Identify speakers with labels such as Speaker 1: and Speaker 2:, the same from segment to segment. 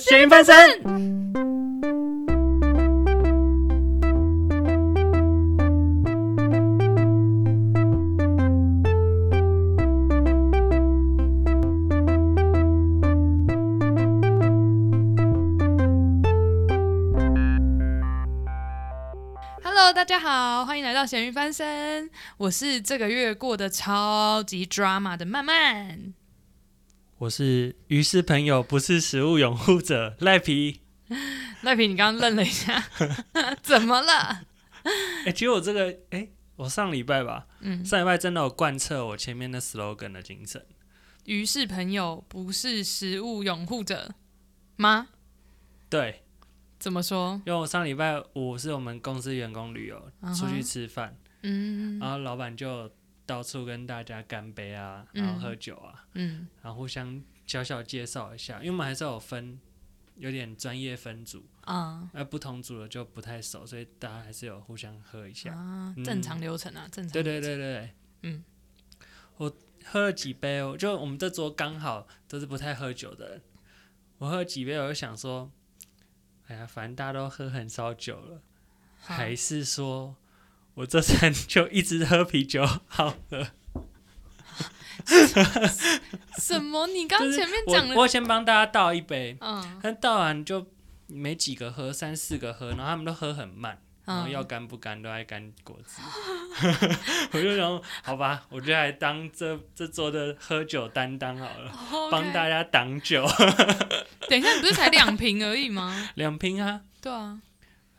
Speaker 1: 悬疑翻身。
Speaker 2: Hello，大家好，欢迎来到咸鱼翻身，我是这个月过得超级 drama 的曼曼。
Speaker 1: 我是鱼是朋友，不是食物拥护者赖皮。
Speaker 2: 赖皮，你刚刚愣了一下， 怎么了？
Speaker 1: 哎、其实我这个哎、我上礼拜吧，
Speaker 2: 嗯，
Speaker 1: 上礼拜真的有贯彻我前面的 slogan 的精神。
Speaker 2: 于是朋友不是食物拥护者吗？
Speaker 1: 对，
Speaker 2: 怎么说？
Speaker 1: 因为我上礼拜五是我们公司员工旅游
Speaker 2: 嗯哼
Speaker 1: 出去吃饭
Speaker 2: 嗯
Speaker 1: 然后老板就到处跟大家干杯啊，然后喝酒啊，
Speaker 2: 嗯
Speaker 1: 然后互相小小介绍一下，因为我们还是有分有点专业分组，
Speaker 2: 啊
Speaker 1: 而呃不同组的就不太熟，所以大家还是有互相喝一下。
Speaker 2: 啊
Speaker 1: 嗯，
Speaker 2: 正常流程啊，正常。
Speaker 1: 对对对对对，
Speaker 2: 嗯，
Speaker 1: 我喝了几杯哦，就我们这桌刚好都是不太喝酒的人，我喝了几杯，我就想说，哎呀，反正大家都喝很少酒了，
Speaker 2: 好，
Speaker 1: 还是说我这餐就一直喝啤酒好了。
Speaker 2: 什么？你刚
Speaker 1: 就是
Speaker 2: 前面讲
Speaker 1: 我
Speaker 2: 了，
Speaker 1: 我先帮大家倒一杯，
Speaker 2: 嗯
Speaker 1: 但倒完就没几个喝，三四个喝，然后他们都喝很慢。然后要
Speaker 2: 嗯，
Speaker 1: 干不干都爱干果汁， 我就想好吧，我就来当这这桌的喝酒担当好了，
Speaker 2: 哦
Speaker 1: 帮大。家挡酒
Speaker 2: OK 等一下，你不是才两瓶而已吗？
Speaker 1: 两瓶啊，
Speaker 2: 对啊，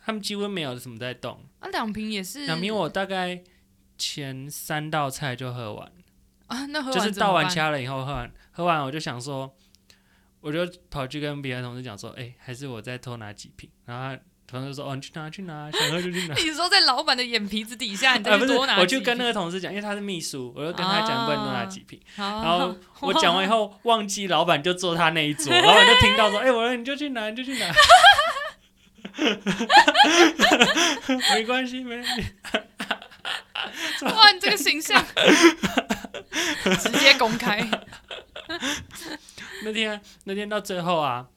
Speaker 1: 他们几乎没有什么在动，
Speaker 2: 啊，两瓶也是
Speaker 1: 两瓶我大概前三道菜就喝完，
Speaker 2: 啊，那喝完
Speaker 1: 就是
Speaker 2: 怎么
Speaker 1: 倒完
Speaker 2: 办
Speaker 1: 掐了以后喝完，喝完我就想说，我就跑去跟别的同事讲说，哎、还是我再多拿几瓶，然后他同事说，哦，你去拿去拿，想喝就 去拿。
Speaker 2: 你说在老板的眼皮子底下， 你
Speaker 1: 啊，
Speaker 2: 再
Speaker 1: 不
Speaker 2: 去
Speaker 1: 是，
Speaker 2: 多拿几瓶、啊
Speaker 1: 我就跟那个同事讲，因为他是秘书，我就跟他讲不能多拿几瓶。
Speaker 2: 好，
Speaker 1: 然后 我讲完以后忘记老板就坐他那一桌，老板就听 到说：“哎、我说你就去拿，你就去拿。” 没关系，没关系。
Speaker 2: 哇，你这个 形象直接公开，
Speaker 1: 那天那天到最后啊，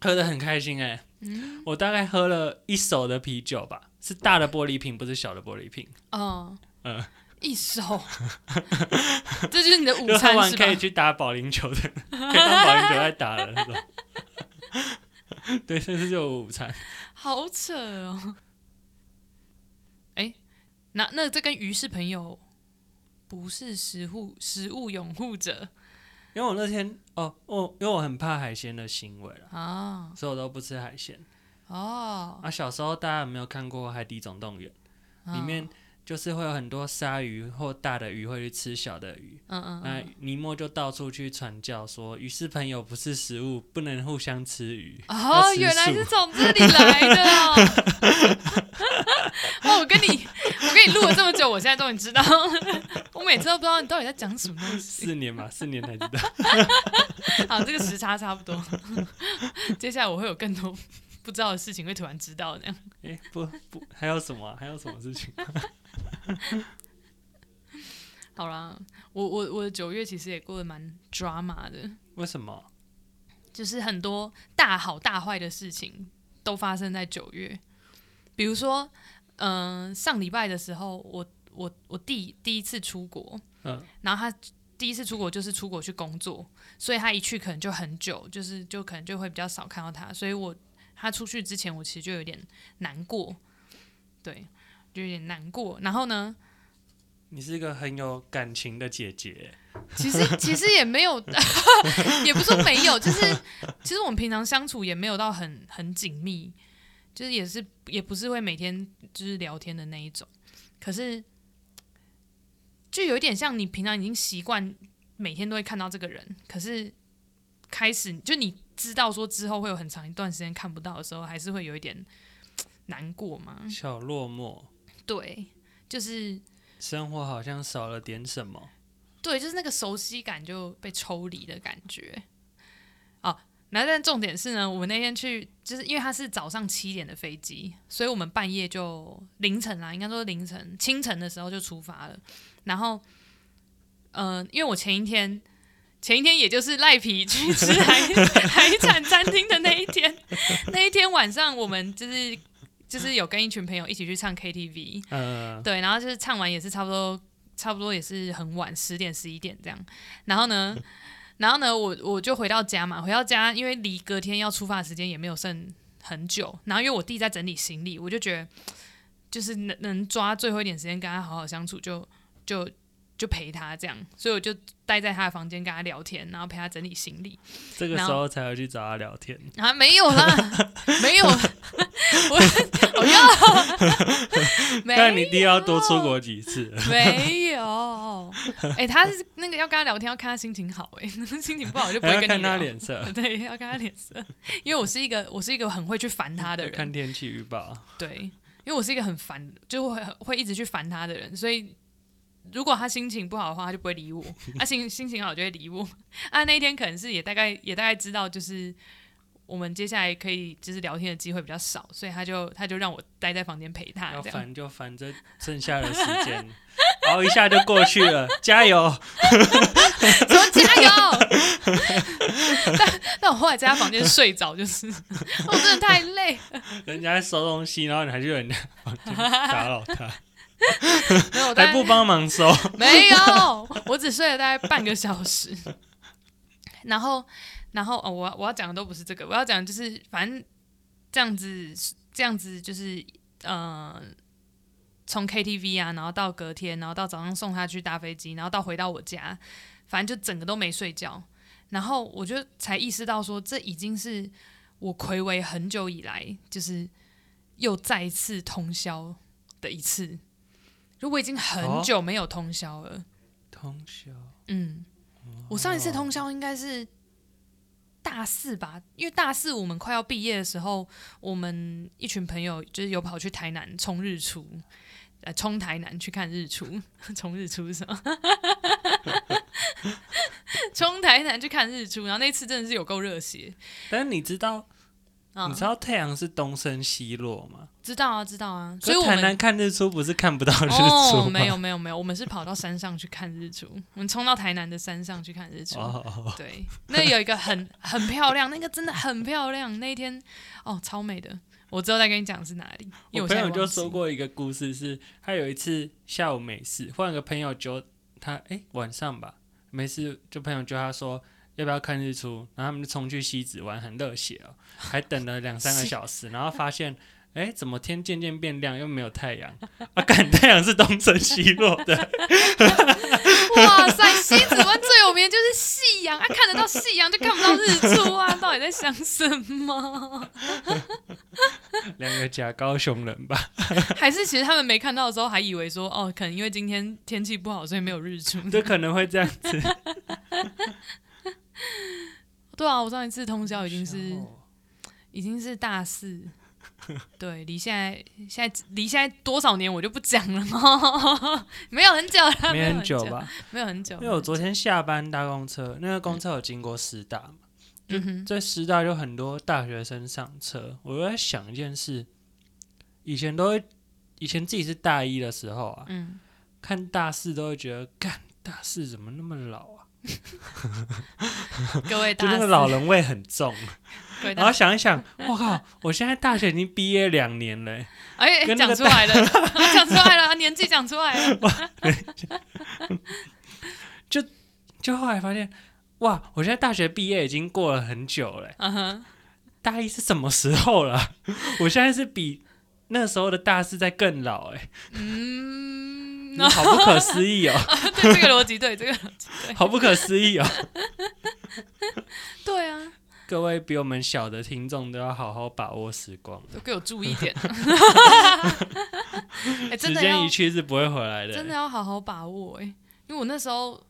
Speaker 1: 喝的很开心哎、
Speaker 2: 嗯，
Speaker 1: 我大概喝了一手的啤酒吧，是大的玻璃瓶，不是小的玻璃瓶。
Speaker 2: 哦，
Speaker 1: 嗯，
Speaker 2: 一手，这就是你的午
Speaker 1: 就喝
Speaker 2: 餐
Speaker 1: 完
Speaker 2: 是吧
Speaker 1: 可以？去打保龄球的，可以当保龄球在打的那种。 对，这是就午餐。
Speaker 2: 好扯哦，哎，那那这跟鱼是朋友，不是食物食物拥护者
Speaker 1: 因为我那天哦，我因为我很怕海鲜的腥味啦，
Speaker 2: 啊，
Speaker 1: 所以我都不吃海鲜。
Speaker 2: 哦，
Speaker 1: 啊，小时候大家有没有看过《海底总动员》？里
Speaker 2: 啊
Speaker 1: 面就是会有很多鲨鱼或大的鱼会去吃小的鱼，
Speaker 2: 嗯嗯
Speaker 1: 那
Speaker 2: 嗯，
Speaker 1: 尼莫就到处去传教说，鱼是朋友不是食物，不能互相吃鱼。 要
Speaker 2: 哦，
Speaker 1: 吃
Speaker 2: 原来
Speaker 1: 素
Speaker 2: 是从这里来的哦。 哇，我跟你，我跟你录了这么久，我现在终于知道， 我每次都不知道你到底在讲什么东西。
Speaker 1: 四年嘛，四年才知道。
Speaker 2: 好，这个时差差不多。 接下来我会有更多不知道的事情，会突然知道这样。
Speaker 1: 哎、不不，还有什么啊、还有什么事 情？
Speaker 2: 好啦，我我我的九月其实也过得蛮 drama 的，
Speaker 1: 为什么？
Speaker 2: 就是很多大好大坏的事情都发生在九月。比如说，嗯、上礼拜的时候，我我我弟第一次出国，
Speaker 1: 嗯，
Speaker 2: 然后他第一次出国就是出国去工作，所以他一去可能就很久，就是就可能就会比较少看到他。所以我他出去之前，我其实就有点难过，对，就有点难过。然后呢，
Speaker 1: 你是一个很有感情的姐姐。
Speaker 2: 其实其实也没有， 也不是说没有，就是其实我们平常相处也没有到很很紧密，就是也是也不是会每天就是聊天的那一种，可是就有一点像你平常已经习惯每天都会看到这个人，可是开始就你知道说之后会有很长一段时间看不到的时候，还是会有一点难过嘛？
Speaker 1: 小落寞，
Speaker 2: 对，就是
Speaker 1: 生活好像少了点什么。
Speaker 2: 对，就是那个熟悉感就被抽离的感觉。哦，那但重点是呢，我们那天去，就是因为它是早上七点的飞机，所以我们半夜就凌晨啦，应该说凌晨呃清晨的时候就出发了。然后，嗯、因为我前一天前一天也就是赖皮去吃海海产餐厅的那一天，那一天晚上我们就是就是有跟一群朋友一起去唱 KTV，
Speaker 1: 嗯，
Speaker 2: 对，然后就是唱完也是差不多，差不多也是很晚，十点十一点这样。然后呢，然后呢，我我就回到家嘛，回到家，因为离隔天要出发的时间也没有剩很久。然后因为我弟在整理行李，我就觉得就是能能抓最后一点时间跟他好好相处就，就就陪他这样。所以我就待在他的房间跟他聊天，然后陪他整理行李。
Speaker 1: 这个时
Speaker 2: 然后
Speaker 1: 候才会去找他聊天。
Speaker 2: 啊，没有啦， 没有，我我要， 没
Speaker 1: 但你弟要多出国几次，
Speaker 2: 没有，哎、他是那个要跟他聊天，要看他心情好、哎， 心情不 好就不
Speaker 1: 还
Speaker 2: 会
Speaker 1: 要
Speaker 2: 跟
Speaker 1: 看
Speaker 2: 你聊
Speaker 1: 他。脸色，
Speaker 2: 对，要看他脸色，因为我是一个我是一个很会去烦他的
Speaker 1: 要看
Speaker 2: 人，
Speaker 1: 天气预报。
Speaker 2: 对，因为我是一个很烦，就会会一直去烦他的人，所以如果他心情不好的话，他就不 会理我；他、心心情好就会理我。 啊，那一天可能是也大概也大概知道，就是我们接下来可以就是聊天的机会比较少，所以他就他就让我待在房间陪他，
Speaker 1: 要
Speaker 2: 啊这样。
Speaker 1: 烦就烦这剩下的时间，熬一下就过去了，加油！
Speaker 2: 怎么加 油？但但我后来在他房间睡着，就是 我真的太累。
Speaker 1: 人家在收东西，然后你还去人家房间打扰 他，
Speaker 2: 没有，我大
Speaker 1: 还
Speaker 2: 概
Speaker 1: 不帮忙 收，
Speaker 2: 没 有，我只睡了大概半个小时。然后，然后哦，我要我要讲的都不是这个，我要讲的就是反正这样子，这样子就是呃，从 KTV 啊，然后到隔天，然后到早上送他去搭飞机，然后到回到我家，反正就整个都没睡觉。然后我就才意识到说，这已经是我暌违很久以来，就是又再一次通宵的一次。就我已经很
Speaker 1: 哦
Speaker 2: 久没有通宵了。
Speaker 1: 通宵
Speaker 2: 嗯，我上一
Speaker 1: 哦
Speaker 2: 次通宵应该是大四吧，因为大四我们快要毕业的时候，我们一群朋友就是有跑去台南冲日出，呃，冲台南去看日出， 冲日出是什么？ 冲台南去看日出，然后那次真的是有够热血
Speaker 1: 但是你知道，
Speaker 2: 啊！
Speaker 1: 你知道太阳是东升西落吗？
Speaker 2: 知道啊，知道啊，
Speaker 1: 可
Speaker 2: 所以我
Speaker 1: 台
Speaker 2: 们
Speaker 1: 南看日出不是看不到日
Speaker 2: 哦，
Speaker 1: 出吗？
Speaker 2: 没有没有没有，我们是跑到山上去看日出，我们冲到台南的山上去看日出。
Speaker 1: 哦哦，哦
Speaker 2: 对，那有一个很 很漂亮，那个真的很漂亮。那一天哦，超美的。我之后再跟你讲是哪里，因为
Speaker 1: 我朋
Speaker 2: 现在
Speaker 1: 友就
Speaker 2: 忘记
Speaker 1: 说过一个故事是，他有一次下午没事，忽然有个朋友揪他，哎、晚上吧，没事，就朋友揪他说要不要看日出，然后他们就冲去西子湾，很热血哦，还等了两 三个小时，然后发现。哎、怎么天渐渐变亮，又没有太阳？ 啊，感太阳是东升西落 的，
Speaker 2: 哇塞，西子湾最有名的就是夕阳啊，看得到夕阳就看不到日出啊，到底在想什么？
Speaker 1: 两个假高雄人吧？
Speaker 2: 还是其实他们没看到的时候，还以为说哦，可能因为今天天气不好，所以没有日出。
Speaker 1: 这可能会这样 子。
Speaker 2: 对啊，我上一次通宵已经 是已经是大四，对，离现在现在离现在多少年我就不讲了哦， 没有很久了，
Speaker 1: 没
Speaker 2: 有
Speaker 1: 很
Speaker 2: 久
Speaker 1: 久吧？
Speaker 2: 没有很久，
Speaker 1: 因为我昨天下班搭公车，那个公车有经过师大嘛，
Speaker 2: 嗯哼，
Speaker 1: 在师大就很多大学生上车，我就在想一件事，以前都会，以前自己是大一的时候啊，
Speaker 2: 嗯，
Speaker 1: 看大四都会觉得，干大四怎么那么老啊？
Speaker 2: 各位
Speaker 1: 就
Speaker 2: 大
Speaker 1: 那个
Speaker 2: 四
Speaker 1: 老人味很 重。
Speaker 2: 各位
Speaker 1: 然后
Speaker 2: 大四，
Speaker 1: 想一 想，我靠，我现在大学已经毕业两年了欸、
Speaker 2: 哎，
Speaker 1: 跟那
Speaker 2: 讲
Speaker 1: 个
Speaker 2: 出来了， 讲出来了，啊年纪讲出来了，
Speaker 1: 就后来发现，哇，我现在大学毕业已经过了很久了欸、
Speaker 2: 嗯哼，
Speaker 1: 大一是什么时候了？ 我现在是比那时候的大四在更老哎、
Speaker 2: 嗯，
Speaker 1: 你好不可思议哦，
Speaker 2: 对这个逻辑，对这个逻辑， 对，
Speaker 1: 好不可思议哦！
Speaker 2: 对啊，
Speaker 1: 各位比我们小的听众都要好好把握时光，
Speaker 2: 都给我注意一 点，哎，真
Speaker 1: 时哎
Speaker 2: 的要
Speaker 1: 间一去是不会回来的、
Speaker 2: 真的要好好把握，哎，因为我那时候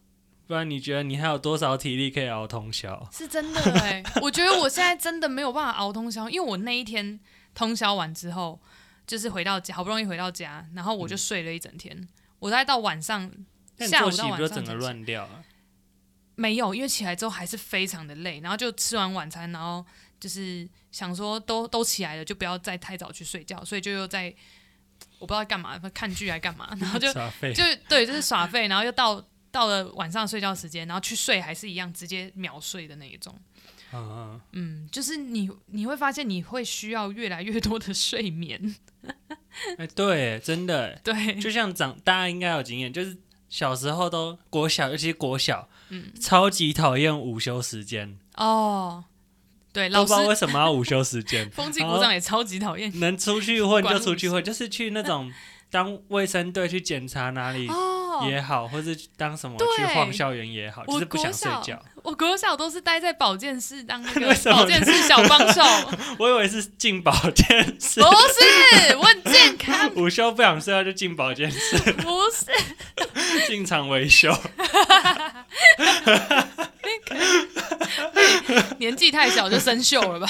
Speaker 1: 不然你觉得你还有多少体力可以熬通宵？
Speaker 2: 是真的哎、 我觉得我现在真的没有办法熬通宵，因为我那一天通宵完之后，就是回到家，好不容易回到家，然后我
Speaker 1: 嗯
Speaker 2: 就睡了一整天，我大概到晚上
Speaker 1: 那你
Speaker 2: 下
Speaker 1: 作
Speaker 2: 午
Speaker 1: 息
Speaker 2: 到
Speaker 1: 不
Speaker 2: 晚
Speaker 1: 就
Speaker 2: 上
Speaker 1: 整个
Speaker 2: 才
Speaker 1: 乱掉了？
Speaker 2: 没有，因为起来之后还是非常的累，然后就吃完晚餐，然后就是想说都都起来了，就不要再太早去睡觉，所以就又在 我不知道干嘛，看剧还干嘛，然后就
Speaker 1: 耍废
Speaker 2: 就对，就是耍废，然后又到到了晚上睡觉时间，然后去睡还是一样直接秒睡的那一种。
Speaker 1: 嗯
Speaker 2: 嗯，就是你你会发现你会需要越来越多的睡眠，
Speaker 1: 嗯，哎，对，真的，
Speaker 2: 对，
Speaker 1: 就像长大家应该有经验，就是小时候都国小，尤其是国小，
Speaker 2: 嗯
Speaker 1: 超级讨厌午休时间，
Speaker 2: 哦，对，
Speaker 1: 都
Speaker 2: 老
Speaker 1: 不
Speaker 2: 师，
Speaker 1: 知道为什么要午休时间
Speaker 2: 风纪股长也超级 讨厌
Speaker 1: 能出去混
Speaker 2: 管
Speaker 1: 就
Speaker 2: 午
Speaker 1: 出去混，就是去那种当卫生队去检查哪里
Speaker 2: 哦。
Speaker 1: 也好，或是当什么
Speaker 2: 对
Speaker 1: 去晃校园也好，
Speaker 2: 我
Speaker 1: 就是不想睡
Speaker 2: 国
Speaker 1: 觉
Speaker 2: 小。我国小都是待在保健室当那
Speaker 1: 为
Speaker 2: 个
Speaker 1: 什么
Speaker 2: 保健室小帮 手，
Speaker 1: 我以为是进保健室
Speaker 2: 不，是，我很健康，
Speaker 1: 午休不想睡觉就进保健室，
Speaker 2: 不是，
Speaker 1: 进场维修。
Speaker 2: 年纪太小就生锈了吧？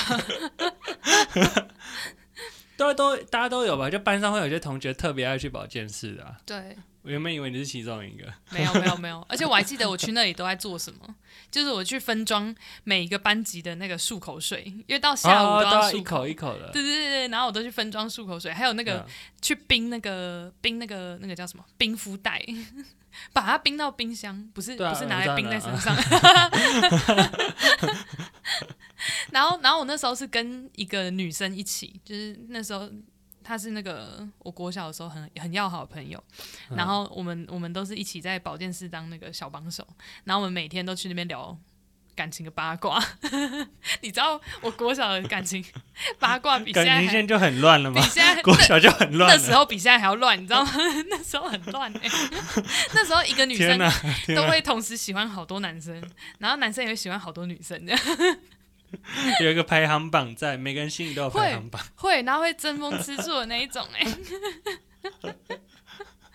Speaker 1: 都都大家都有吧？就班上会有些同学特别爱去保健室的、啊。
Speaker 2: 对，
Speaker 1: 我原本以为你是其中一个，
Speaker 2: 没有没有没有，而且我还记得我去那里都在做什么，就是我去分装每一个班级的那个漱口水，因为到下午
Speaker 1: 哦
Speaker 2: 都
Speaker 1: 都
Speaker 2: 要漱
Speaker 1: 一口一口的。
Speaker 2: 对对对对，然后我都去分装漱口水，还有那个、
Speaker 1: 嗯
Speaker 2: 去冰那个冰那个那个叫什么冰敷袋， 把它冰到冰箱，不是、
Speaker 1: 对啊
Speaker 2: 不是拿来
Speaker 1: 我知
Speaker 2: 冰
Speaker 1: 道
Speaker 2: 在
Speaker 1: 我
Speaker 2: 身上。 然后然后我那时候是跟一个女生一起，就是那时候她是那个我国小的时候很很要好的朋友，
Speaker 1: 嗯
Speaker 2: 然后我们我们都是一起在保健室当那个小帮手，然后我们每天都去那边聊感情的八卦。 你知道我国小的感情八卦比
Speaker 1: 感
Speaker 2: 现在
Speaker 1: 情
Speaker 2: 还
Speaker 1: 线就很乱了
Speaker 2: 比
Speaker 1: 吗？
Speaker 2: 现在
Speaker 1: 国小就很
Speaker 2: 那
Speaker 1: 乱
Speaker 2: 时
Speaker 1: 了。
Speaker 2: 候比现在还要乱，你知道吗？ 那时候很乱 哎、那时候一个女
Speaker 1: 天
Speaker 2: 生
Speaker 1: 哪、天
Speaker 2: 都
Speaker 1: 哪、
Speaker 2: 会同时喜欢好多男生，然后男生也会喜欢好多女生，这样
Speaker 1: 有一个排行榜在，每个人心里都有排行榜。
Speaker 2: 会，然后会争风吃醋的那一种哎、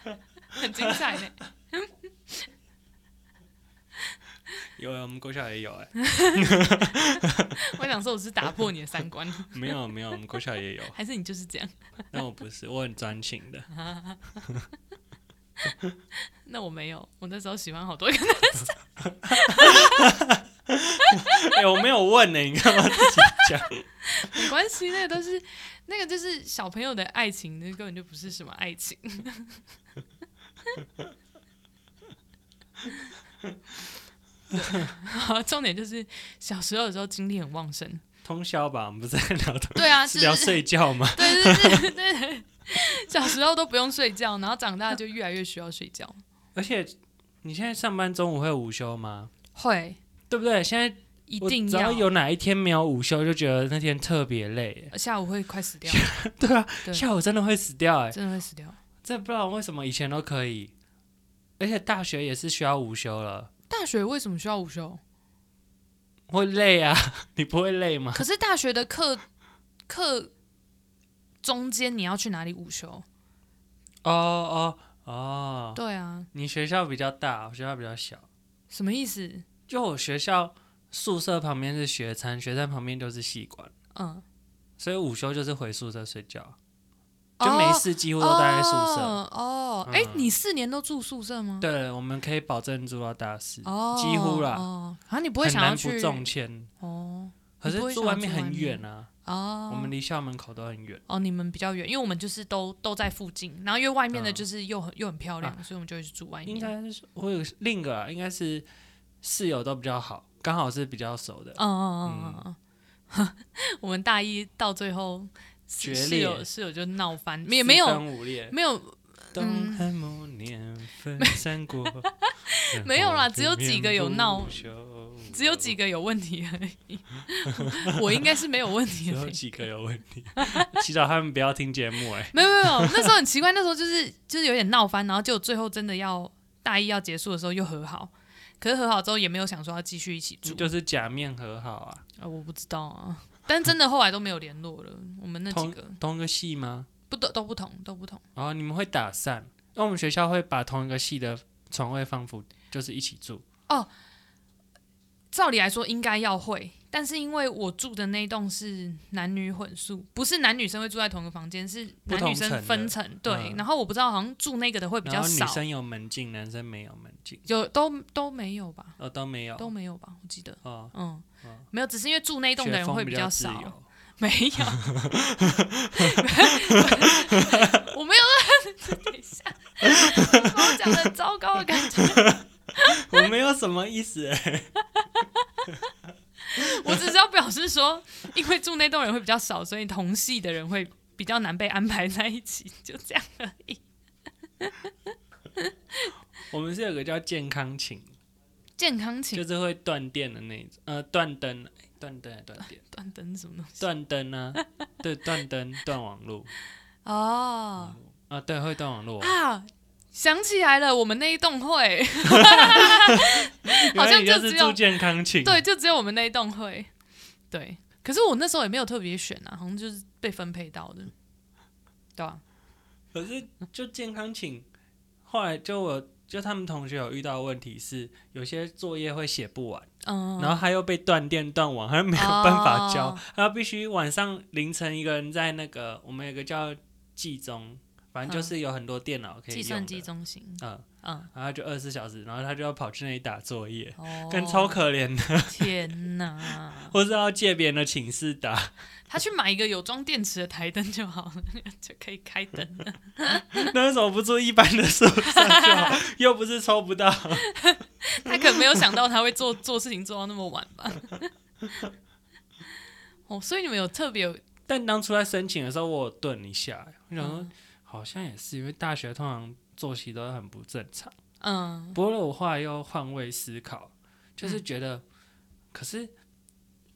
Speaker 2: 很精彩欸呢、
Speaker 1: 有，我们国小也有哎、
Speaker 2: 我想说我是打破你的三观，
Speaker 1: 没有没有，我们国小也有，
Speaker 2: 还是你就是这样？
Speaker 1: 但我不是，我很专情的。
Speaker 2: 那我没有，我那时候喜欢好多个男
Speaker 1: 哎、我没有问呢、你干嘛自己讲？
Speaker 2: 生，没关系，那个都是那个就是小朋友的爱情，那根本就不是什么爱情。 好，重点就是小时候的时候精力很旺盛，
Speaker 1: 通宵吧，我们不是在聊通，
Speaker 2: 对啊，
Speaker 1: 是
Speaker 2: 就
Speaker 1: 聊
Speaker 2: 是
Speaker 1: 睡觉吗？
Speaker 2: 对对对对对，小时候都不用睡觉，然后长大就越来越需要睡觉。
Speaker 1: 而且你现在上班中午会午休吗？
Speaker 2: 会，
Speaker 1: 对不对？现在
Speaker 2: 一
Speaker 1: 我
Speaker 2: 定
Speaker 1: 只要
Speaker 2: 要。
Speaker 1: 有哪一天没有午休，就觉得那天特别累。
Speaker 2: 下午会快死掉，
Speaker 1: 对啊，
Speaker 2: 对
Speaker 1: 下午真的会死掉哎、
Speaker 2: 真的会死掉。
Speaker 1: 这不知道为什么以前都可以，而且大学也是需要午休了，
Speaker 2: 大学为什么需要午休？
Speaker 1: 会累啊， 你不会累 吗？
Speaker 2: 可是大学的课课中间你要去哪里午休？
Speaker 1: 哦哦哦，
Speaker 2: 对啊，
Speaker 1: 你学校比较大，我学校比较小。
Speaker 2: 什么意思？
Speaker 1: 就我学校宿舍旁边是学餐，学餐旁边就是系馆，
Speaker 2: 嗯，
Speaker 1: 所以午休就是回宿舍睡觉，就没事几乎都待在宿舍。
Speaker 2: 哦，哦
Speaker 1: 嗯
Speaker 2: 哎、你四年都住宿舍吗？，
Speaker 1: 对，我们可以保证住到大四，
Speaker 2: 哦，
Speaker 1: 几乎啦
Speaker 2: 哦，啊，你不会
Speaker 1: 很
Speaker 2: 想要
Speaker 1: 难
Speaker 2: 去
Speaker 1: 不中签。
Speaker 2: 哦
Speaker 1: 可是
Speaker 2: 你不会
Speaker 1: 住
Speaker 2: 想
Speaker 1: 外
Speaker 2: 要
Speaker 1: 面
Speaker 2: 住外
Speaker 1: 很
Speaker 2: 面
Speaker 1: 远啊，
Speaker 2: 哦，
Speaker 1: 我们离校门口都很远。
Speaker 2: 哦，你们比较远，因为我们就是都都在附近，然后因为外面的
Speaker 1: 嗯
Speaker 2: 就是又很、又很漂亮，所以我们就会去住外
Speaker 1: 应
Speaker 2: 面。
Speaker 1: 该是我有另一个啊，应该是室友都比较好，刚好是比较熟的
Speaker 2: 嗯，嗯嗯嗯嗯嗯， 我们大一到最后
Speaker 1: 决
Speaker 2: 室
Speaker 1: 裂
Speaker 2: 室友室友就闹翻，也没有嗯
Speaker 1: 分五裂，
Speaker 2: 没有
Speaker 1: 东汉末 年分三国，然
Speaker 2: 没有啦
Speaker 1: 后
Speaker 2: 只有几个有闹
Speaker 1: 不休
Speaker 2: 只有几个有问题而已， 我应该是没有问题
Speaker 1: 只
Speaker 2: 而
Speaker 1: 有
Speaker 2: 已。
Speaker 1: 几个有问题， 祈祷他们不要听节目哎、
Speaker 2: 没有没有没有，那时候很奇怪，那时候就是就是有点闹翻，然后就最后真的要大一要结束的时候又和好，可是和好之后也没有想说要继续一起住，
Speaker 1: 就是假面和好啊，
Speaker 2: 啊，我不知道啊。但真的后来都没有联络了，我们那几
Speaker 1: 同
Speaker 2: 个
Speaker 1: 同一个系吗？
Speaker 2: 不都都不同，都不同。
Speaker 1: 然后哦你们会打散，因为我们学校会把同一个系的床位放服，就是一起住。
Speaker 2: 照理来说应该要会，但是因为我住的那一栋是男女混宿，不是男女生会住在同一个房间，是
Speaker 1: 不
Speaker 2: 男
Speaker 1: 同
Speaker 2: 女
Speaker 1: 层的
Speaker 2: 生分层。对，
Speaker 1: 嗯
Speaker 2: 然后我不知道，好像住那个的会比
Speaker 1: 然
Speaker 2: 较
Speaker 1: 后女
Speaker 2: 少，
Speaker 1: 生有门禁，男生没有门禁，
Speaker 2: 有都都没有吧，
Speaker 1: 哦都没有，
Speaker 2: 都没有吧，我记得。
Speaker 1: 哦，
Speaker 2: 嗯
Speaker 1: 嗯，
Speaker 2: 没有，只是因为住那一栋的
Speaker 1: 学
Speaker 2: 人
Speaker 1: 风
Speaker 2: 会
Speaker 1: 比
Speaker 2: 较
Speaker 1: 自
Speaker 2: 少，
Speaker 1: 由。
Speaker 2: 没 有，啊 我没有，等一下，我讲的糟糕的感觉，
Speaker 1: 什么意思？
Speaker 2: 我只是要表示说，因为住那栋人会比较少，所以同系的人会比较难被安排在一起，就这样而已。
Speaker 1: 我们是有个叫健康寝，
Speaker 2: 健康
Speaker 1: 就
Speaker 2: 请
Speaker 1: 是会断电的那一种，呃，断灯，哎断灯还断 电，
Speaker 2: 断灯什么东西？
Speaker 1: 断灯啊，对，断灯，断网路
Speaker 2: 哦
Speaker 1: 啊，对，会断网路哦。
Speaker 2: 啊，想起来了，我们那一栋会， 好
Speaker 1: 原来
Speaker 2: 像
Speaker 1: 你
Speaker 2: 就只有
Speaker 1: 是住健康寝，啊
Speaker 2: 对，，就只有我们那一栋会，对。可是我那时候也没有特别选啊，好像就是被分配到的，对啊？
Speaker 1: 可是就健康寝，后来就我就他们同学有遇到问题是，有些作业会写不完，
Speaker 2: 嗯，
Speaker 1: 然后他又被断电断网，他没有办法交，
Speaker 2: 哦
Speaker 1: 他必须晚上凌晨一个人在那个我们有个叫计中，反正就是有很多电脑可以
Speaker 2: 计
Speaker 1: 用
Speaker 2: 算
Speaker 1: 的
Speaker 2: 机中心，
Speaker 1: 嗯，
Speaker 2: 嗯，
Speaker 1: 然后他就二十四小时，然后他就要跑去那里打作业，
Speaker 2: 哦，
Speaker 1: 跟超可怜的，
Speaker 2: 天哪！
Speaker 1: 或是要借别人的寝室打，
Speaker 2: 他去买一个有装电池的台灯就好了， 就可以开灯了。
Speaker 1: 那为什么不住一般的宿舍就好？又不是抽不到，
Speaker 2: 他可能没有想到他会做做事情做到那么晚吧。 哦，所以你们有特别有
Speaker 1: 但当初在申请的时候，我有顿一下，我想说、
Speaker 2: 嗯
Speaker 1: 好像也是，因为大学通常作息都很不正常。
Speaker 2: 嗯
Speaker 1: 不过我后来又换位思考，就是觉得，可是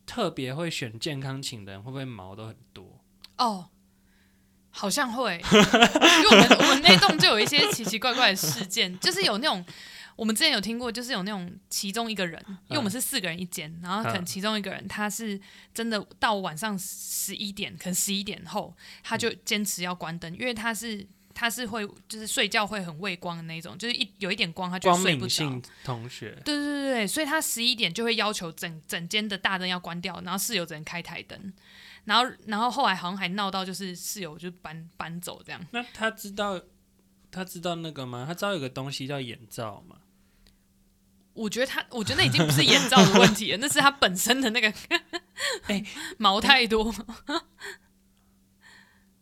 Speaker 1: 特别会选健康寝的人，会不会毛都很多？
Speaker 2: 哦，好像会，因为我们我们那栋就有一些奇奇怪怪的事件，就是有那种。我们之前有听过，就是有那种其中一个人，因为我们是四个人一间，然后可能
Speaker 1: 嗯
Speaker 2: 其中一个人他是真的到晚上十一点，可能十一点后他就坚持要关灯，因为他是他是会就是睡觉会很畏光的那种，就是一有一点光他就
Speaker 1: 光
Speaker 2: 睡不
Speaker 1: 敏
Speaker 2: 着。
Speaker 1: 性同学，
Speaker 2: 对对对对，所以他十一点就会要求整整间的大灯要关掉，然后室友只能开台灯，然后然后后来好像还闹到就是室友就搬搬走这样，
Speaker 1: 那他知道他知道那个吗？他知道有个东西叫眼罩吗？
Speaker 2: 我觉得他我觉得那已经不是眼罩的问题了，那是他本身的那个
Speaker 1: 哎
Speaker 2: 毛太多，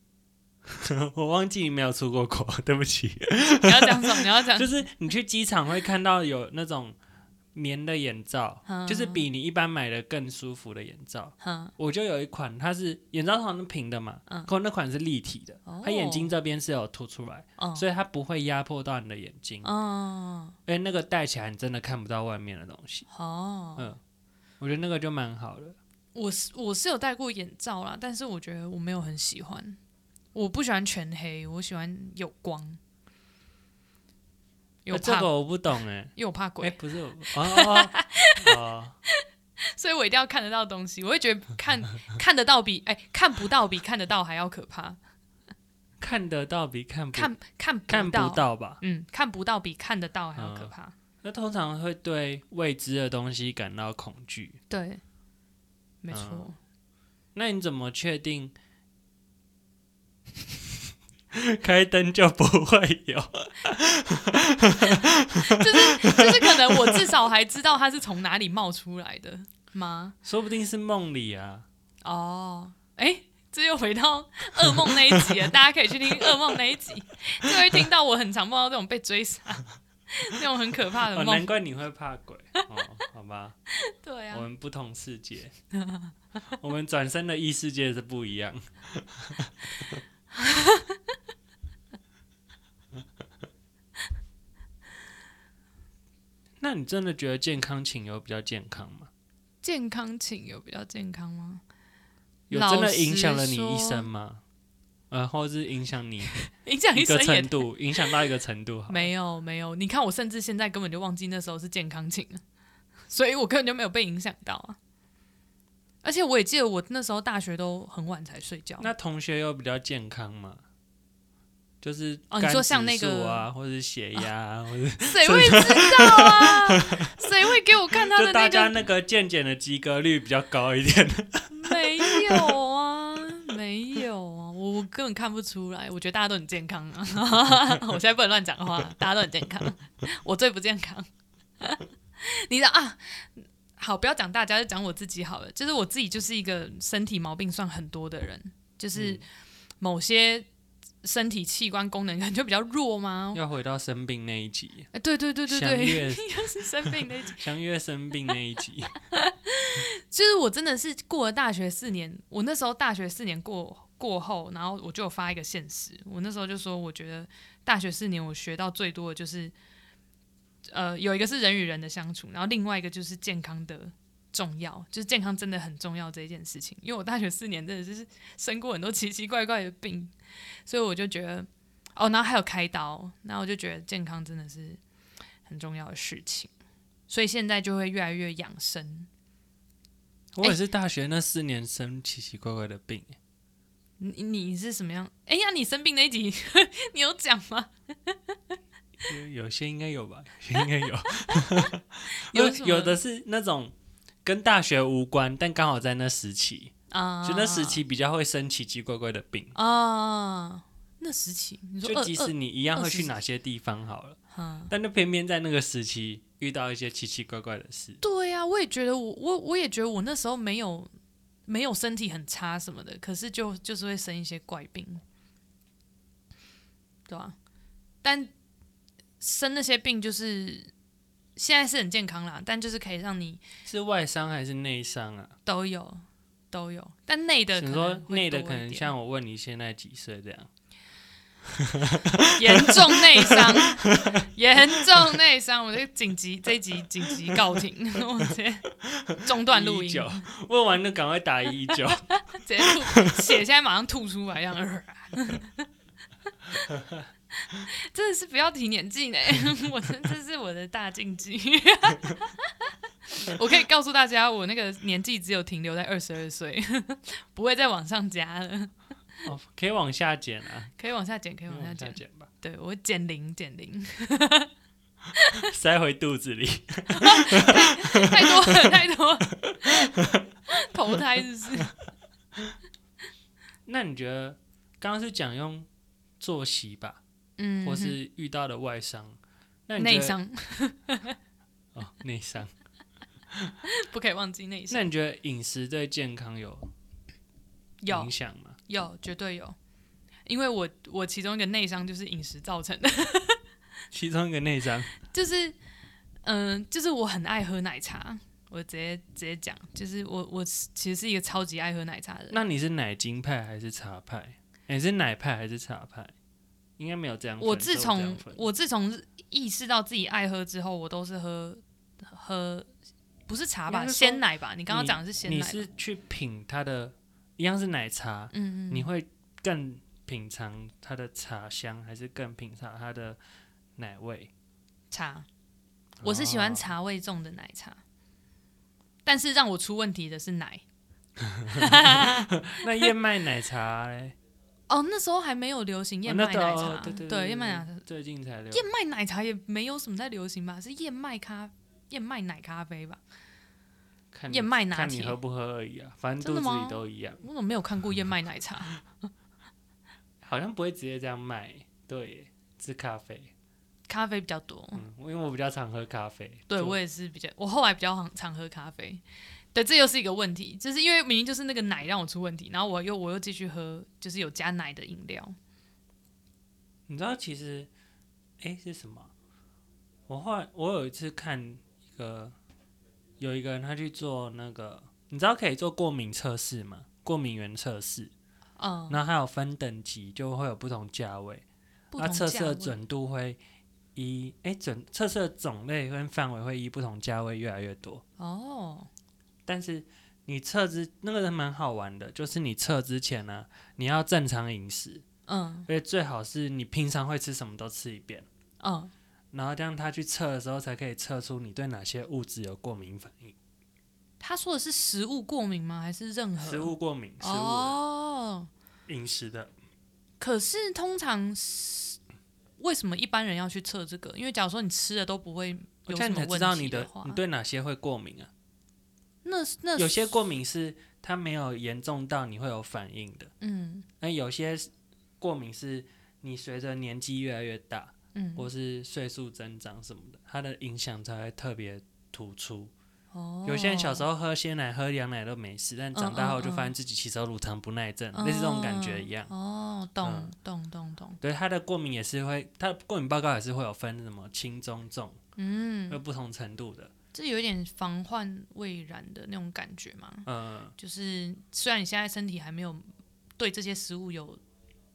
Speaker 1: 我忘记你没有出过国，对不起。
Speaker 2: 你要讲什么？你要 讲
Speaker 1: 就是你去机场会看到有那种棉的眼罩，就是比你一般买的更舒服的眼罩。
Speaker 2: 嗯
Speaker 1: 我就有一款，它是眼罩好像是平的嘛，可我那款是立体
Speaker 2: 哦
Speaker 1: 的，它眼睛这边是有凸出来，
Speaker 2: 嗯
Speaker 1: 所以它不会压迫到你的眼睛，
Speaker 2: 嗯
Speaker 1: 因为那个戴起来你真的看不到外面的东西。
Speaker 2: 哦，
Speaker 1: 嗯，我觉得那个就蛮好的。
Speaker 2: 我是我是有戴过眼罩啦，但是我觉得我没有很喜欢，我不喜欢全黑，我喜欢有光，有
Speaker 1: 呃这
Speaker 2: 怕
Speaker 1: 个我不懂哎、
Speaker 2: 因为我怕
Speaker 1: 欸，
Speaker 2: 鬼。
Speaker 1: 不是我哦哦哦哦，
Speaker 2: 所以我一定要看得到东西，我会觉得看看得到比哎、看不到比看得到还要可怕，
Speaker 1: 看得到比看不
Speaker 2: 看看
Speaker 1: 看
Speaker 2: 不
Speaker 1: 不到嗯吧？
Speaker 2: 嗯，看不到比看得到还要可怕。
Speaker 1: 那通常会对未知的东西感到恐惧。
Speaker 2: 对，没
Speaker 1: 嗯
Speaker 2: 错，
Speaker 1: 那你怎么确定 开灯就不会有？
Speaker 2: 就是可能我至少还知道它是从哪里冒出来的吗？
Speaker 1: 说不定是梦里啊。
Speaker 2: 哦，哎、这又回到噩梦那一集了，大家可以去听噩梦那一集，就会听到我很常梦到这种被追杀，那种很可怕的
Speaker 1: 哦，难
Speaker 2: 嗯梦。
Speaker 1: 怪你会怕 鬼。哦，好吧，
Speaker 2: 对
Speaker 1: 我
Speaker 2: 啊，
Speaker 1: 们不同世界， 我们转身的异世界是不一样。 那你真的觉得健康请有比较健康吗？
Speaker 2: 健康请有比较健康吗？
Speaker 1: 有
Speaker 2: 老
Speaker 1: 真的影响
Speaker 2: 实
Speaker 1: 了你一
Speaker 2: 说
Speaker 1: 生吗？呃，或者是影响你
Speaker 2: 影响
Speaker 1: 一
Speaker 2: 一生
Speaker 1: 个
Speaker 2: 也
Speaker 1: 程度，影响到一个程度好？
Speaker 2: 没有没有，你看我甚至现在根本就忘记那时候是健康请了， 所以我根本就没有被影响到啊。而且我也记得我那时候大学都很晚才睡觉。
Speaker 1: 那同学有比较健康吗？就是
Speaker 2: 哦你
Speaker 1: 肝
Speaker 2: 说像那
Speaker 1: 指数
Speaker 2: 个哦
Speaker 1: 啊，或者是血压啊，或者
Speaker 2: 谁会知道 啊？谁会给我看他的
Speaker 1: 就大
Speaker 2: 那
Speaker 1: 家
Speaker 2: 个？
Speaker 1: 那个健检的及格率比较高一 点。
Speaker 2: 没有啊，没有啊，我我根本看不出来。我觉得大家都很健康啊， 我现在不能乱讲话了，大家都很健康，我最不健康。 你知道啊？好，不要讲大家，就讲我自己好了。就是我
Speaker 1: 嗯
Speaker 2: 自己就是一个身体毛病算很多的人，就是某些身体器官功能可能就比较弱吗？
Speaker 1: 要回到生病那一集，
Speaker 2: 哎，对对对对
Speaker 1: 相
Speaker 2: 对，
Speaker 1: 约
Speaker 2: 又是生病那一集。
Speaker 1: 相约生病那一 集，
Speaker 2: 哎就是我真的是过了大学四年，我那时候大学四年过过后，然后我就有发一个现实，我那时候就说，我觉得大学四年我学到最多的就是，呃，有一个是人与人的相处，然后另外一个就是健康的。重要就是健康真的很重要这一件事情，因为我大学四年真的就是生过很多奇奇怪怪的病，所以我就觉得哦，然后还有开刀，然后我就觉得健康真的是很重要的事情，所以现在就会越来越养生，
Speaker 1: 我也是大学那四年生奇奇怪怪的病，
Speaker 2: 你你是什么样？哎呀，你生病那一集 你有讲吗？，
Speaker 1: 有有些应该有吧，有些应该有
Speaker 2: 有
Speaker 1: 有
Speaker 2: 什么
Speaker 1: 有的是那种跟大学无关，但刚好在那时期，
Speaker 2: 啊，
Speaker 1: 就那时期比较会生奇奇怪怪的病。
Speaker 2: 啊，那时期你说
Speaker 1: 就
Speaker 2: 二
Speaker 1: 即使
Speaker 2: 二
Speaker 1: 你一样会
Speaker 2: 二十
Speaker 1: 去哪些地方好了，
Speaker 2: 嗯，
Speaker 1: 但就偏偏在那个时期遇到一些奇奇怪怪的事。
Speaker 2: 对呀、我也觉得我我我也觉得我那时候没有没有身体很差什么的，可是就就是会生一些怪病，对吧、啊但生那些病就是现在是很健康啦，但就是可以让你
Speaker 1: 是外伤还是内伤啊？
Speaker 2: 都有都有，但内的可
Speaker 1: 你说
Speaker 2: 能会
Speaker 1: 内的
Speaker 2: 多
Speaker 1: 可
Speaker 2: 一
Speaker 1: 能
Speaker 2: 点
Speaker 1: 像我问你现在几岁这样，
Speaker 2: 严重内伤， 严重内伤，我这紧急这一集紧急告停， 我直接中断录音，
Speaker 1: 119问完就赶快打一一 九。
Speaker 2: 直接吐血，现在马上吐出来，这样。 呃真的是不要提年纪呢， 我这这是我的大禁忌。 我可以告诉大家，我那个年纪只有停留在二十二岁， 不会再往上加了。
Speaker 1: 哦，可以往下减啊，
Speaker 2: 可以往下减，可以
Speaker 1: 可以
Speaker 2: 往
Speaker 1: 嗯
Speaker 2: 下
Speaker 1: 往
Speaker 2: 减
Speaker 1: 下。减吧，
Speaker 2: 对我减零，减零，
Speaker 1: 塞回肚子里。
Speaker 2: 太多了， 太多了。 投胎是不是？
Speaker 1: 那你觉得刚刚是讲用作息吧，
Speaker 2: 嗯，
Speaker 1: 或是遇到的外伤？那你觉得
Speaker 2: 内伤，
Speaker 1: 哦，内伤。
Speaker 2: 不可以忘记内
Speaker 1: 那
Speaker 2: 伤，
Speaker 1: 你觉得饮食对健康有
Speaker 2: 有
Speaker 1: 影响吗？
Speaker 2: 有绝对有，因为我我其中一个内伤就是饮食造成的，
Speaker 1: 其中一个内伤，
Speaker 2: 就是嗯、就是我很爱喝奶茶，我直接直接讲，就是我我其实是一个超级爱喝奶茶的人，
Speaker 1: 那你是奶精派还是茶派？你是奶派还是茶派？应该没有这样分。
Speaker 2: 我
Speaker 1: 都
Speaker 2: 自
Speaker 1: 有这
Speaker 2: 从
Speaker 1: 样分
Speaker 2: 我自从意识到自己爱喝之后，我都是喝喝不是茶吧，
Speaker 1: 应该是说
Speaker 2: 鲜奶吧？你刚刚讲的是鲜
Speaker 1: 你
Speaker 2: 奶吧，
Speaker 1: 是去品它的，一样是奶茶，
Speaker 2: 嗯嗯，
Speaker 1: 你会更品尝它的茶香，还是更品尝它的奶味？
Speaker 2: 茶，我是
Speaker 1: 哦
Speaker 2: 喜欢茶味重的奶茶，但是让我出问题的是奶。
Speaker 1: 那燕麦奶茶嘞？
Speaker 2: 哦，那时候还没有流行燕麦奶茶，
Speaker 1: 哦那对对
Speaker 2: 燕麦奶茶，
Speaker 1: 最近才流。
Speaker 2: 燕麦奶茶也没有什么在流行吧？是燕麦咖、燕麦奶咖啡吧？
Speaker 1: 看你
Speaker 2: 燕麦拿
Speaker 1: 看你
Speaker 2: 铁
Speaker 1: 喝不喝而已啊，反
Speaker 2: 真
Speaker 1: 正
Speaker 2: 的
Speaker 1: 肚子
Speaker 2: 吗
Speaker 1: 里都一样，
Speaker 2: 我怎么没有看过燕麦奶茶？
Speaker 1: 好像不会直接这样卖。对耶，是咖啡。
Speaker 2: 咖啡比较多，
Speaker 1: 嗯，因为我比较常喝咖啡。
Speaker 2: 对
Speaker 1: 就
Speaker 2: 我也是比较，我后来比较常常喝咖啡。对，这又是一个问题，就是因为明明就是那个奶让我出问题，然后我又我又继续喝，就是有加奶的饮料。
Speaker 1: 你知道其实，哎、是什么？我后来我有一次看一个，有一个人他去做那个，你知道可以做过敏测试吗？过敏原测试，
Speaker 2: 嗯，
Speaker 1: 然后还有分等级，就会有不同价位，
Speaker 2: 不
Speaker 1: 它
Speaker 2: 同
Speaker 1: 测
Speaker 2: 价
Speaker 1: 试的
Speaker 2: 位
Speaker 1: 准度会依哎、准测试的种类跟范围会依不同价位越来越多，
Speaker 2: 哦，
Speaker 1: 但是。你测之那个人蛮好玩的，就是你测之前呢、你要正常饮食，
Speaker 2: 嗯
Speaker 1: 而且最好是你平常会吃什么都吃一遍。
Speaker 2: 嗯，
Speaker 1: 然后这样他去测的时候，才可以测出你对哪些物质有过敏反应。
Speaker 2: 他说的是食物过敏吗？还是任何
Speaker 1: 食物啊过敏，食物
Speaker 2: 嗯哦，
Speaker 1: 的饮食的，
Speaker 2: 可是通常是为什么一般人要去测这个？因为假如说你吃的都不会
Speaker 1: 我
Speaker 2: 有
Speaker 1: 这
Speaker 2: 什
Speaker 1: 样你才
Speaker 2: 么
Speaker 1: 知
Speaker 2: 问
Speaker 1: 道
Speaker 2: 题
Speaker 1: 你的
Speaker 2: 话，
Speaker 1: 你对哪些会过敏啊？
Speaker 2: 那那
Speaker 1: 有些过敏是它没有严重到你会有反应的，
Speaker 2: 嗯
Speaker 1: 那有些是过敏是你随着年纪越来越大，
Speaker 2: 嗯
Speaker 1: 或是岁数增长什么的，它的影响才会特别突出。
Speaker 2: 哦，
Speaker 1: 有些人小时候喝鲜奶、喝羊奶都没事，但长大后就发现自己其实有乳糖不耐
Speaker 2: 嗯
Speaker 1: 症，类似这种感觉一样。
Speaker 2: 哦，懂、
Speaker 1: 嗯
Speaker 2: 懂懂懂，
Speaker 1: 对，它的过敏也是会，它的过敏报告也是会有分什么轻、中、重，
Speaker 2: 嗯，
Speaker 1: 有不同程度的。
Speaker 2: 这有点防患未然的那种感觉嘛。
Speaker 1: 嗯，
Speaker 2: 就是虽然你现在身体还没有对这些食物有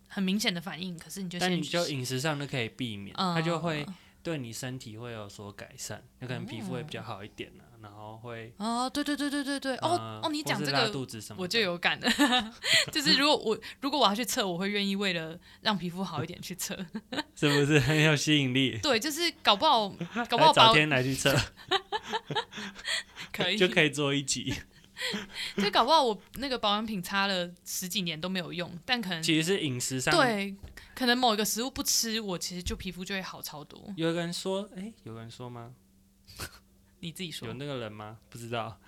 Speaker 2: 很明显的反应，可是你就
Speaker 1: 但
Speaker 2: 先
Speaker 1: 你就饮食上就可以避免，
Speaker 2: 嗯
Speaker 1: 它就会对你身体会有所改善，有可能皮肤会比
Speaker 2: 嗯
Speaker 1: 较好一点啊，然后会
Speaker 2: 哦，对对对对对对，哦
Speaker 1: 嗯
Speaker 2: 哦，你
Speaker 1: 或
Speaker 2: 讲
Speaker 1: 是
Speaker 2: 这
Speaker 1: 拉
Speaker 2: 个
Speaker 1: 肚子什么的，
Speaker 2: 我就有感了， 就是如果我如果我要去测，我会愿意为了让皮肤好一点去测。
Speaker 1: 是不是 很有吸引力？
Speaker 2: 对，就是搞不好搞不
Speaker 1: 来
Speaker 2: 好把
Speaker 1: 找
Speaker 2: 我
Speaker 1: 天来去 测，
Speaker 2: 可以，
Speaker 1: 就可以做一 集。
Speaker 2: 就搞不好我那个保养品擦了十几年都没有用，但可能
Speaker 1: 其实是饮食上，
Speaker 2: 对，可能某一个食物不吃，我其实就皮肤就会好超多。
Speaker 1: 有人说，哎、有人说吗？
Speaker 2: 你自己说
Speaker 1: 有那个人吗？不知道，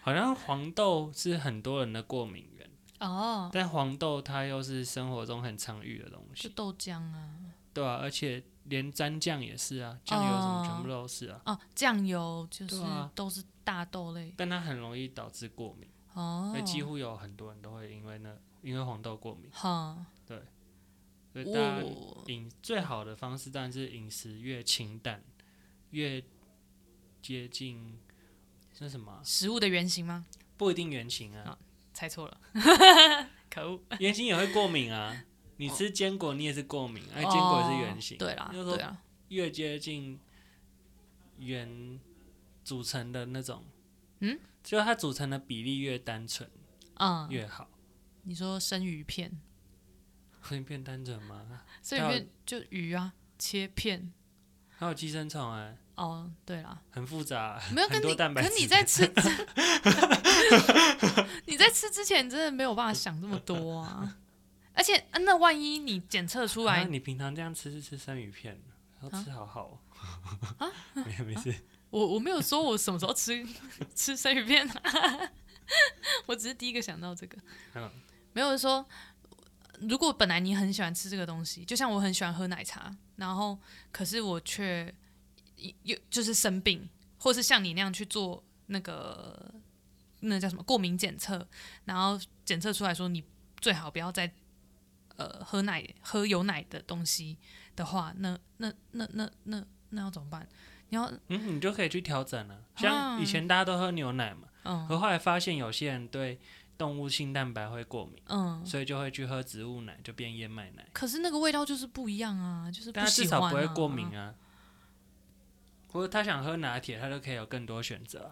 Speaker 1: 好像黄豆是很多人的过敏源，
Speaker 2: 哦，
Speaker 1: 但黄豆它又是生活中很常遇的东
Speaker 2: 就
Speaker 1: 西，
Speaker 2: 豆浆啊，
Speaker 1: 对啊，而且连蘸酱也是啊，酱油什么全部都是啊，
Speaker 2: 哦，酱油就是
Speaker 1: 对啊
Speaker 2: 都是大豆类
Speaker 1: 但它很容易导致过敏，
Speaker 2: 哦
Speaker 1: 所以，哎几乎有很多人都会因为那因为黄豆过敏，
Speaker 2: 哈，
Speaker 1: 所
Speaker 2: 哦
Speaker 1: 以大家
Speaker 2: 我
Speaker 1: 饮最好的方式当然是饮食越清淡，越接近那什么啊、
Speaker 2: 食物的原型吗？
Speaker 1: 不一定原型啊，
Speaker 2: 猜错了， 可恶，
Speaker 1: 圆形也会过敏啊。你吃坚果，你也是过敏，哎，坚果也是圆形
Speaker 2: 哦。对啦，
Speaker 1: 就是说
Speaker 2: 对啦，
Speaker 1: 越接近原组成的那种，
Speaker 2: 嗯，
Speaker 1: 就是它组成的比例越单纯
Speaker 2: 嗯，
Speaker 1: 越好。
Speaker 2: 你说生鱼片，
Speaker 1: 会变单纯吗？
Speaker 2: 生鱼片就鱼啊，切片。
Speaker 1: 还有寄生虫哎，
Speaker 2: 哦，对啦，
Speaker 1: 很复杂，啊
Speaker 2: 没有跟
Speaker 1: 很多
Speaker 2: 你，
Speaker 1: 蛋白
Speaker 2: 可
Speaker 1: 质。
Speaker 2: 是你在吃之， 你在吃之前真的没有办法想这么多啊。而且，啊那万一你检测出
Speaker 1: 啊
Speaker 2: 来，
Speaker 1: 你平常这样吃是吃生鱼片，然后吃好好哦。
Speaker 2: 啊
Speaker 1: 没有没事，
Speaker 2: 我我没有说我什么时候吃 吃生鱼片、啊， 我只是第一个想到这个。
Speaker 1: 嗯
Speaker 2: 没有说，如果本来你很喜欢吃这个东西，就像我很喜欢喝奶茶，然后可是我却又就是生病，或是像你那样去做那个那叫什么过敏检测，然后检测出来说你最好不要再呃喝奶喝有奶的东西的话，那那那那那那要怎么办？你要
Speaker 1: 嗯，你就可以去调整了。
Speaker 2: 啊
Speaker 1: 像以前大家都喝牛奶嘛，
Speaker 2: 嗯
Speaker 1: 可后来发现有些人对动物性蛋白会过敏，
Speaker 2: 嗯，
Speaker 1: 所以就会去喝植物奶，就变燕麦奶。
Speaker 2: 可是那个味道就是不一样啊，就是
Speaker 1: 但
Speaker 2: 不
Speaker 1: 他
Speaker 2: 喜
Speaker 1: 至
Speaker 2: 欢、
Speaker 1: 少
Speaker 2: 啊、
Speaker 1: 不会过敏啊。或者他想喝拿铁，他就可以有更多选择啊。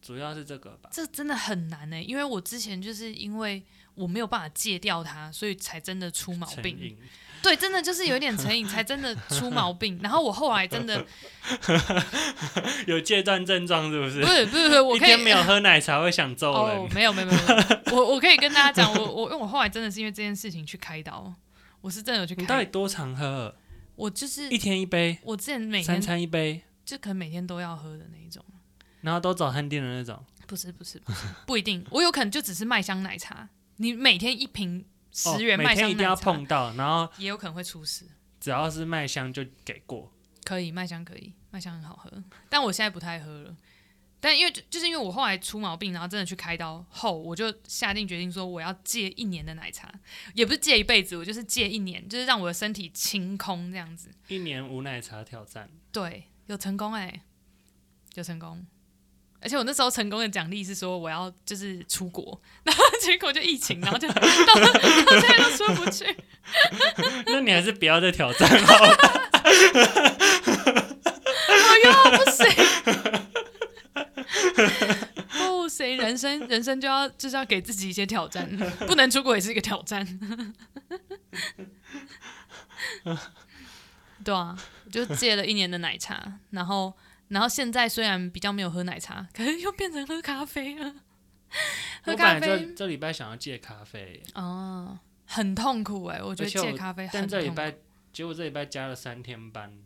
Speaker 1: 主要是这个吧。
Speaker 2: 这真的很难呢、欸因为我之前就是因为我没有办法戒掉它，所以才真的出毛
Speaker 1: 成
Speaker 2: 病。
Speaker 1: 瘾，
Speaker 2: 对，真的就是有点成瘾，才真的出毛 病。然后我后来真的
Speaker 1: 有戒断症状是不
Speaker 2: 不
Speaker 1: 是？
Speaker 2: 是不是不是，我
Speaker 1: 一
Speaker 2: 可以
Speaker 1: 天没 有喝奶茶会想揍人。
Speaker 2: 哦，没有没有没有，没有我我可以跟大家讲，我我因为我后来真的是因为这件事情去开刀，我是真的有去
Speaker 1: 你到
Speaker 2: 开
Speaker 1: 底，多常喝？
Speaker 2: 我就是
Speaker 1: 一天一杯，
Speaker 2: 我之前每
Speaker 1: 三
Speaker 2: 天
Speaker 1: 餐一杯，
Speaker 2: 就可能每天都要喝的那一种。
Speaker 1: 然后都早餐店的那种。
Speaker 2: 不是不是不 是，不一定，我有可能就只是麦香奶茶，你每天一瓶十元
Speaker 1: 哦、
Speaker 2: 麦
Speaker 1: 每天
Speaker 2: 香奶茶，
Speaker 1: 一定要碰到，然后
Speaker 2: 也有可能会出事。
Speaker 1: 只要是麦香就给过。
Speaker 2: 可以，麦香可以，麦香很好喝，但我现在不太喝了。但因为就就是因为我后来出毛病，然后真的去开刀后，我就下定决心说我要戒一年的奶茶，也不是戒一辈子，我就是戒一年，就是让我的身体清空这样子。
Speaker 1: 一年无奶茶挑 战，
Speaker 2: 对，有成功哎、有成功。而且我那时候成功的奖励是说我要就是出国， 然后结果就疫情，然后就 到到现在都出不去。
Speaker 1: 那你还是不要再挑战了。
Speaker 2: 哎呦，不行！ 不行，人生人生就要就是要给自己一些挑战，不能出国也是一个挑战。 对啊，我就戒了一年的奶茶，然后然后现在虽然比较没有喝奶茶，可是又变成喝咖啡了。喝
Speaker 1: 我本
Speaker 2: 咖
Speaker 1: 来这
Speaker 2: 啡
Speaker 1: 这礼拜想要戒咖啡，
Speaker 2: 哦，很痛苦哎、我觉得
Speaker 1: 而且我
Speaker 2: 戒咖啡很
Speaker 1: 但
Speaker 2: 痛
Speaker 1: 这
Speaker 2: 苦。
Speaker 1: 礼拜结果这礼拜加了三天班，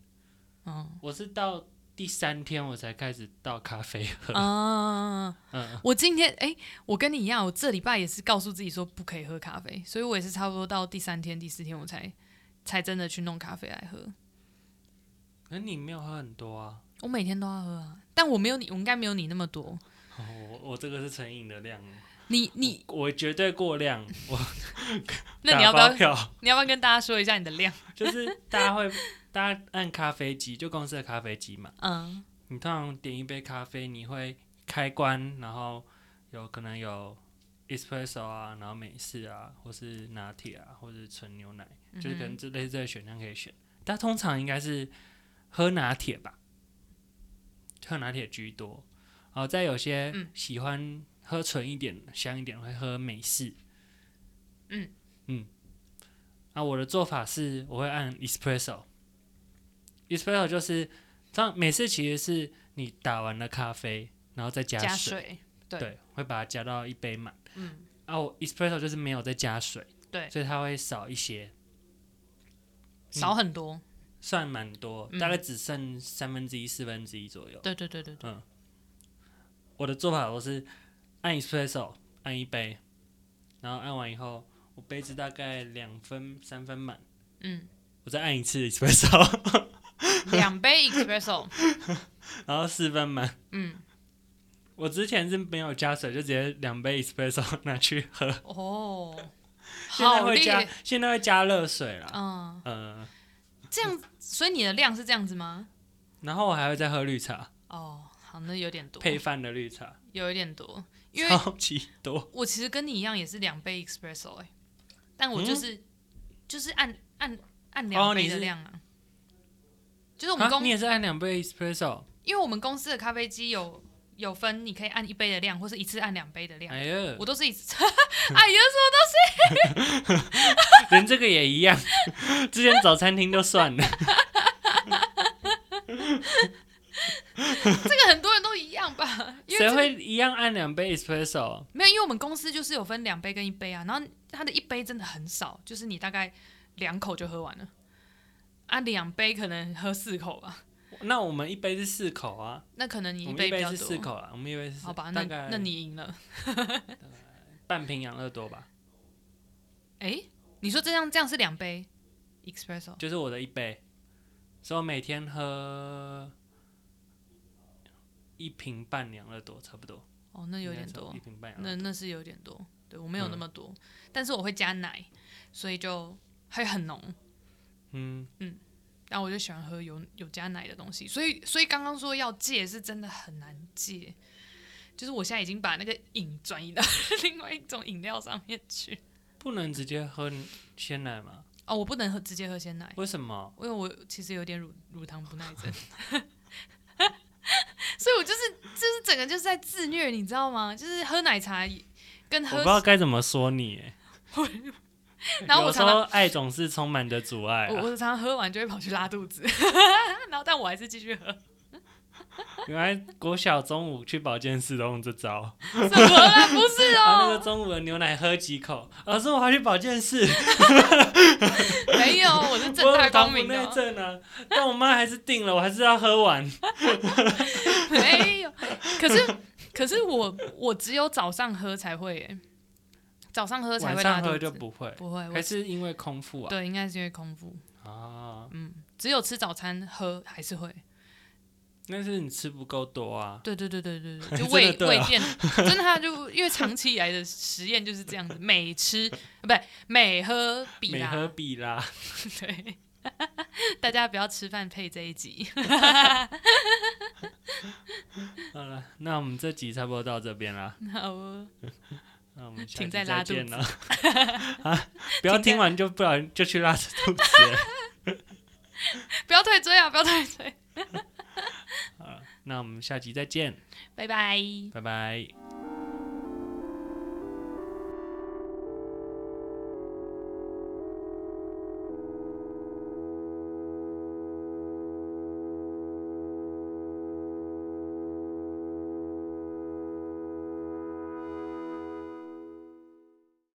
Speaker 2: 嗯
Speaker 1: 我是到第三天我才开始倒咖啡喝，
Speaker 2: 啊，
Speaker 1: 嗯，
Speaker 2: 我今天哎、我跟你一样，我这礼拜也是告诉自己说不可以喝咖啡，所以我也是差不多到第三天、第四天我才才真的去弄咖啡来喝。
Speaker 1: 可是你没有喝很多啊，
Speaker 2: 我每天都要喝啊，但我没有你，我应该没有你那么多。
Speaker 1: 哦我我这个是成瘾的量，
Speaker 2: 你你，
Speaker 1: 我绝对过 量。我
Speaker 2: 那
Speaker 1: 嗯打
Speaker 2: 你要不要
Speaker 1: 包票？
Speaker 2: 你要不要跟大家说一下你的量？
Speaker 1: 就是大家会，大家按咖啡机，就公司的咖啡机嘛。
Speaker 2: 嗯，
Speaker 1: 你通常点一杯咖啡，你会开关，然后有可能有 espresso 啊，然后美式啊，或是拿铁啊，或是纯牛奶，
Speaker 2: 嗯
Speaker 1: 就是可能这类似的选项可以选。但通常应该是喝拿铁吧，喝拿铁居多。然后再有些
Speaker 2: 嗯
Speaker 1: 喜欢喝纯一点、香一点，会喝美式。
Speaker 2: 嗯
Speaker 1: 嗯。啊，我的做法是，我会按 espresso。espresso 就是这样，美式其实是你打完了咖啡，然后再加
Speaker 2: 加
Speaker 1: 水，
Speaker 2: 水，对
Speaker 1: 会把它加到一杯满。
Speaker 2: 嗯，
Speaker 1: 啊，我 espresso 就是没有再加水，
Speaker 2: 对
Speaker 1: 所以它会少一些，嗯
Speaker 2: 少很多。
Speaker 1: 算蛮多，
Speaker 2: 嗯
Speaker 1: 大概只剩三分之一、四分之一左右。
Speaker 2: 对对对对对，
Speaker 1: 我的做法我是按 espresso 按一杯，然后按完以后，我杯子大概两分、三分满，
Speaker 2: 嗯，
Speaker 1: 我再按一次 espresso，
Speaker 2: 两杯 espresso，
Speaker 1: 然后四分满。
Speaker 2: 嗯，
Speaker 1: 我之前是没有加水，就直接两杯 espresso 拿去喝。
Speaker 2: 哦，
Speaker 1: 现在
Speaker 2: 好
Speaker 1: 会
Speaker 2: 厉
Speaker 1: 加
Speaker 2: 害，，
Speaker 1: 现在会加热水啦。
Speaker 2: 嗯，
Speaker 1: 嗯，
Speaker 2: 这样，所以你的量是这样子吗？
Speaker 1: 然后我还会再喝绿茶，
Speaker 2: 哦，好，那有点多，
Speaker 1: 配饭的绿茶，
Speaker 2: 有一点多，因为
Speaker 1: 超级多。
Speaker 2: 我其实跟你一样也是两杯 espresso 哎、但我就是、就是按按按
Speaker 1: 嗯
Speaker 2: 两
Speaker 1: 哦
Speaker 2: 杯
Speaker 1: 你
Speaker 2: 的
Speaker 1: 是
Speaker 2: 量啊，就是我们
Speaker 1: 啊，
Speaker 2: 公
Speaker 1: 你，也是按两杯 espresso？
Speaker 2: 因为我们公司的咖啡机有有分，你可以按一杯的量，或是一次按两杯的量。
Speaker 1: 哎呀
Speaker 2: 我，都是一次， 哎呀，
Speaker 1: 连这个也一样。 之前早餐厅都算了，
Speaker 2: 这个很多人都一样吧？因为
Speaker 1: 谁
Speaker 2: 这
Speaker 1: 会一样按两杯 espresso？
Speaker 2: 没有，因为我们公司就是有分两杯跟一杯啊，然后它的一杯真的很少，就是你大概两口就喝完了，啊，两杯可能喝四口吧，
Speaker 1: 那我们一杯是四口啊，
Speaker 2: 那可能你
Speaker 1: 我们
Speaker 2: 杯
Speaker 1: 一
Speaker 2: 比
Speaker 1: 杯
Speaker 2: 较
Speaker 1: 是四
Speaker 2: 多。
Speaker 1: 口啊，我们一杯是四
Speaker 2: 好吧，
Speaker 1: 大
Speaker 2: 那
Speaker 1: 概
Speaker 2: 那你赢了。
Speaker 1: 半瓶养乐多吧，
Speaker 2: 诶，你说这样这样是两杯 espresso，
Speaker 1: 就是我的一杯，所以我每天喝一瓶半养乐多差不多，
Speaker 2: 哦，那有
Speaker 1: 应该
Speaker 2: 点
Speaker 1: 是
Speaker 2: 多
Speaker 1: 一，啊嗯瓶半养乐多
Speaker 2: 那那是有点多，对我没有那么多，但是我会加奶，所以就会很浓。
Speaker 1: 嗯，
Speaker 2: 然后我就喜欢喝有有加奶的东西，所以所以刚刚说要戒是真的很难戒，就是我现在已经把那个瘾 转移到另外一种饮料上面去。
Speaker 1: 不能直接喝鲜奶吗？
Speaker 2: 哦，我不能喝直接喝鲜奶，
Speaker 1: 为什么？
Speaker 2: 因为我其实有点乳乳糖不耐症， 所以我就是就是整个就是在自虐，你知道吗？就是喝奶茶跟
Speaker 1: 我
Speaker 2: 喝
Speaker 1: 不知，道该怎么说你、欸。
Speaker 2: 然后我
Speaker 1: 有时
Speaker 2: 常常
Speaker 1: 候爱总是充满着阻碍、
Speaker 2: 我
Speaker 1: 啊
Speaker 2: 我。常常喝完就会跑去拉肚子，然后但我还是继续喝，
Speaker 1: 原来国小中午去保健室都用这招，
Speaker 2: 怎么了？不是
Speaker 1: 把那
Speaker 2: 哦
Speaker 1: 个，中午的牛奶喝几口，老师我还去保健室，
Speaker 2: 没有，我是
Speaker 1: 我
Speaker 2: 正大
Speaker 1: 有
Speaker 2: 光
Speaker 1: 糖不
Speaker 2: 明的
Speaker 1: 耐
Speaker 2: 哦，
Speaker 1: 症啊，但我妈还是定了，我还是要喝 完。
Speaker 2: 没有。可是可是我我只有早上喝才会耶，早上喝才
Speaker 1: 晚
Speaker 2: 会拉
Speaker 1: 上
Speaker 2: 肚
Speaker 1: 喝
Speaker 2: 子，
Speaker 1: 就不会，
Speaker 2: 不会，我
Speaker 1: 还是因为空腹啊？
Speaker 2: 对，应该是因为空腹，
Speaker 1: 啊，
Speaker 2: 嗯，只有吃早餐喝还是会。
Speaker 1: 那是你吃不够多啊。
Speaker 2: 对对对对对 对，就
Speaker 1: 真的
Speaker 2: 胃
Speaker 1: 对
Speaker 2: 胃
Speaker 1: 啊
Speaker 2: 电，真的他就因为长期以来的实验就是这样子，每吃呃不是每喝必
Speaker 1: 美
Speaker 2: 拉，
Speaker 1: 喝必拉，
Speaker 2: 对， 大家不要吃饭配这一集，
Speaker 1: 好了，那我们这集差不多到这边啦，
Speaker 2: 好哦
Speaker 1: 那我们下
Speaker 2: 请
Speaker 1: 集
Speaker 2: 再拉
Speaker 1: 再见
Speaker 2: 肚
Speaker 1: 了。啊，不要听完就不然就去拉肚子了。
Speaker 2: 不要退追啊，不要退追，
Speaker 1: 好了，那我们下集再见，
Speaker 2: 拜拜。
Speaker 1: 拜拜。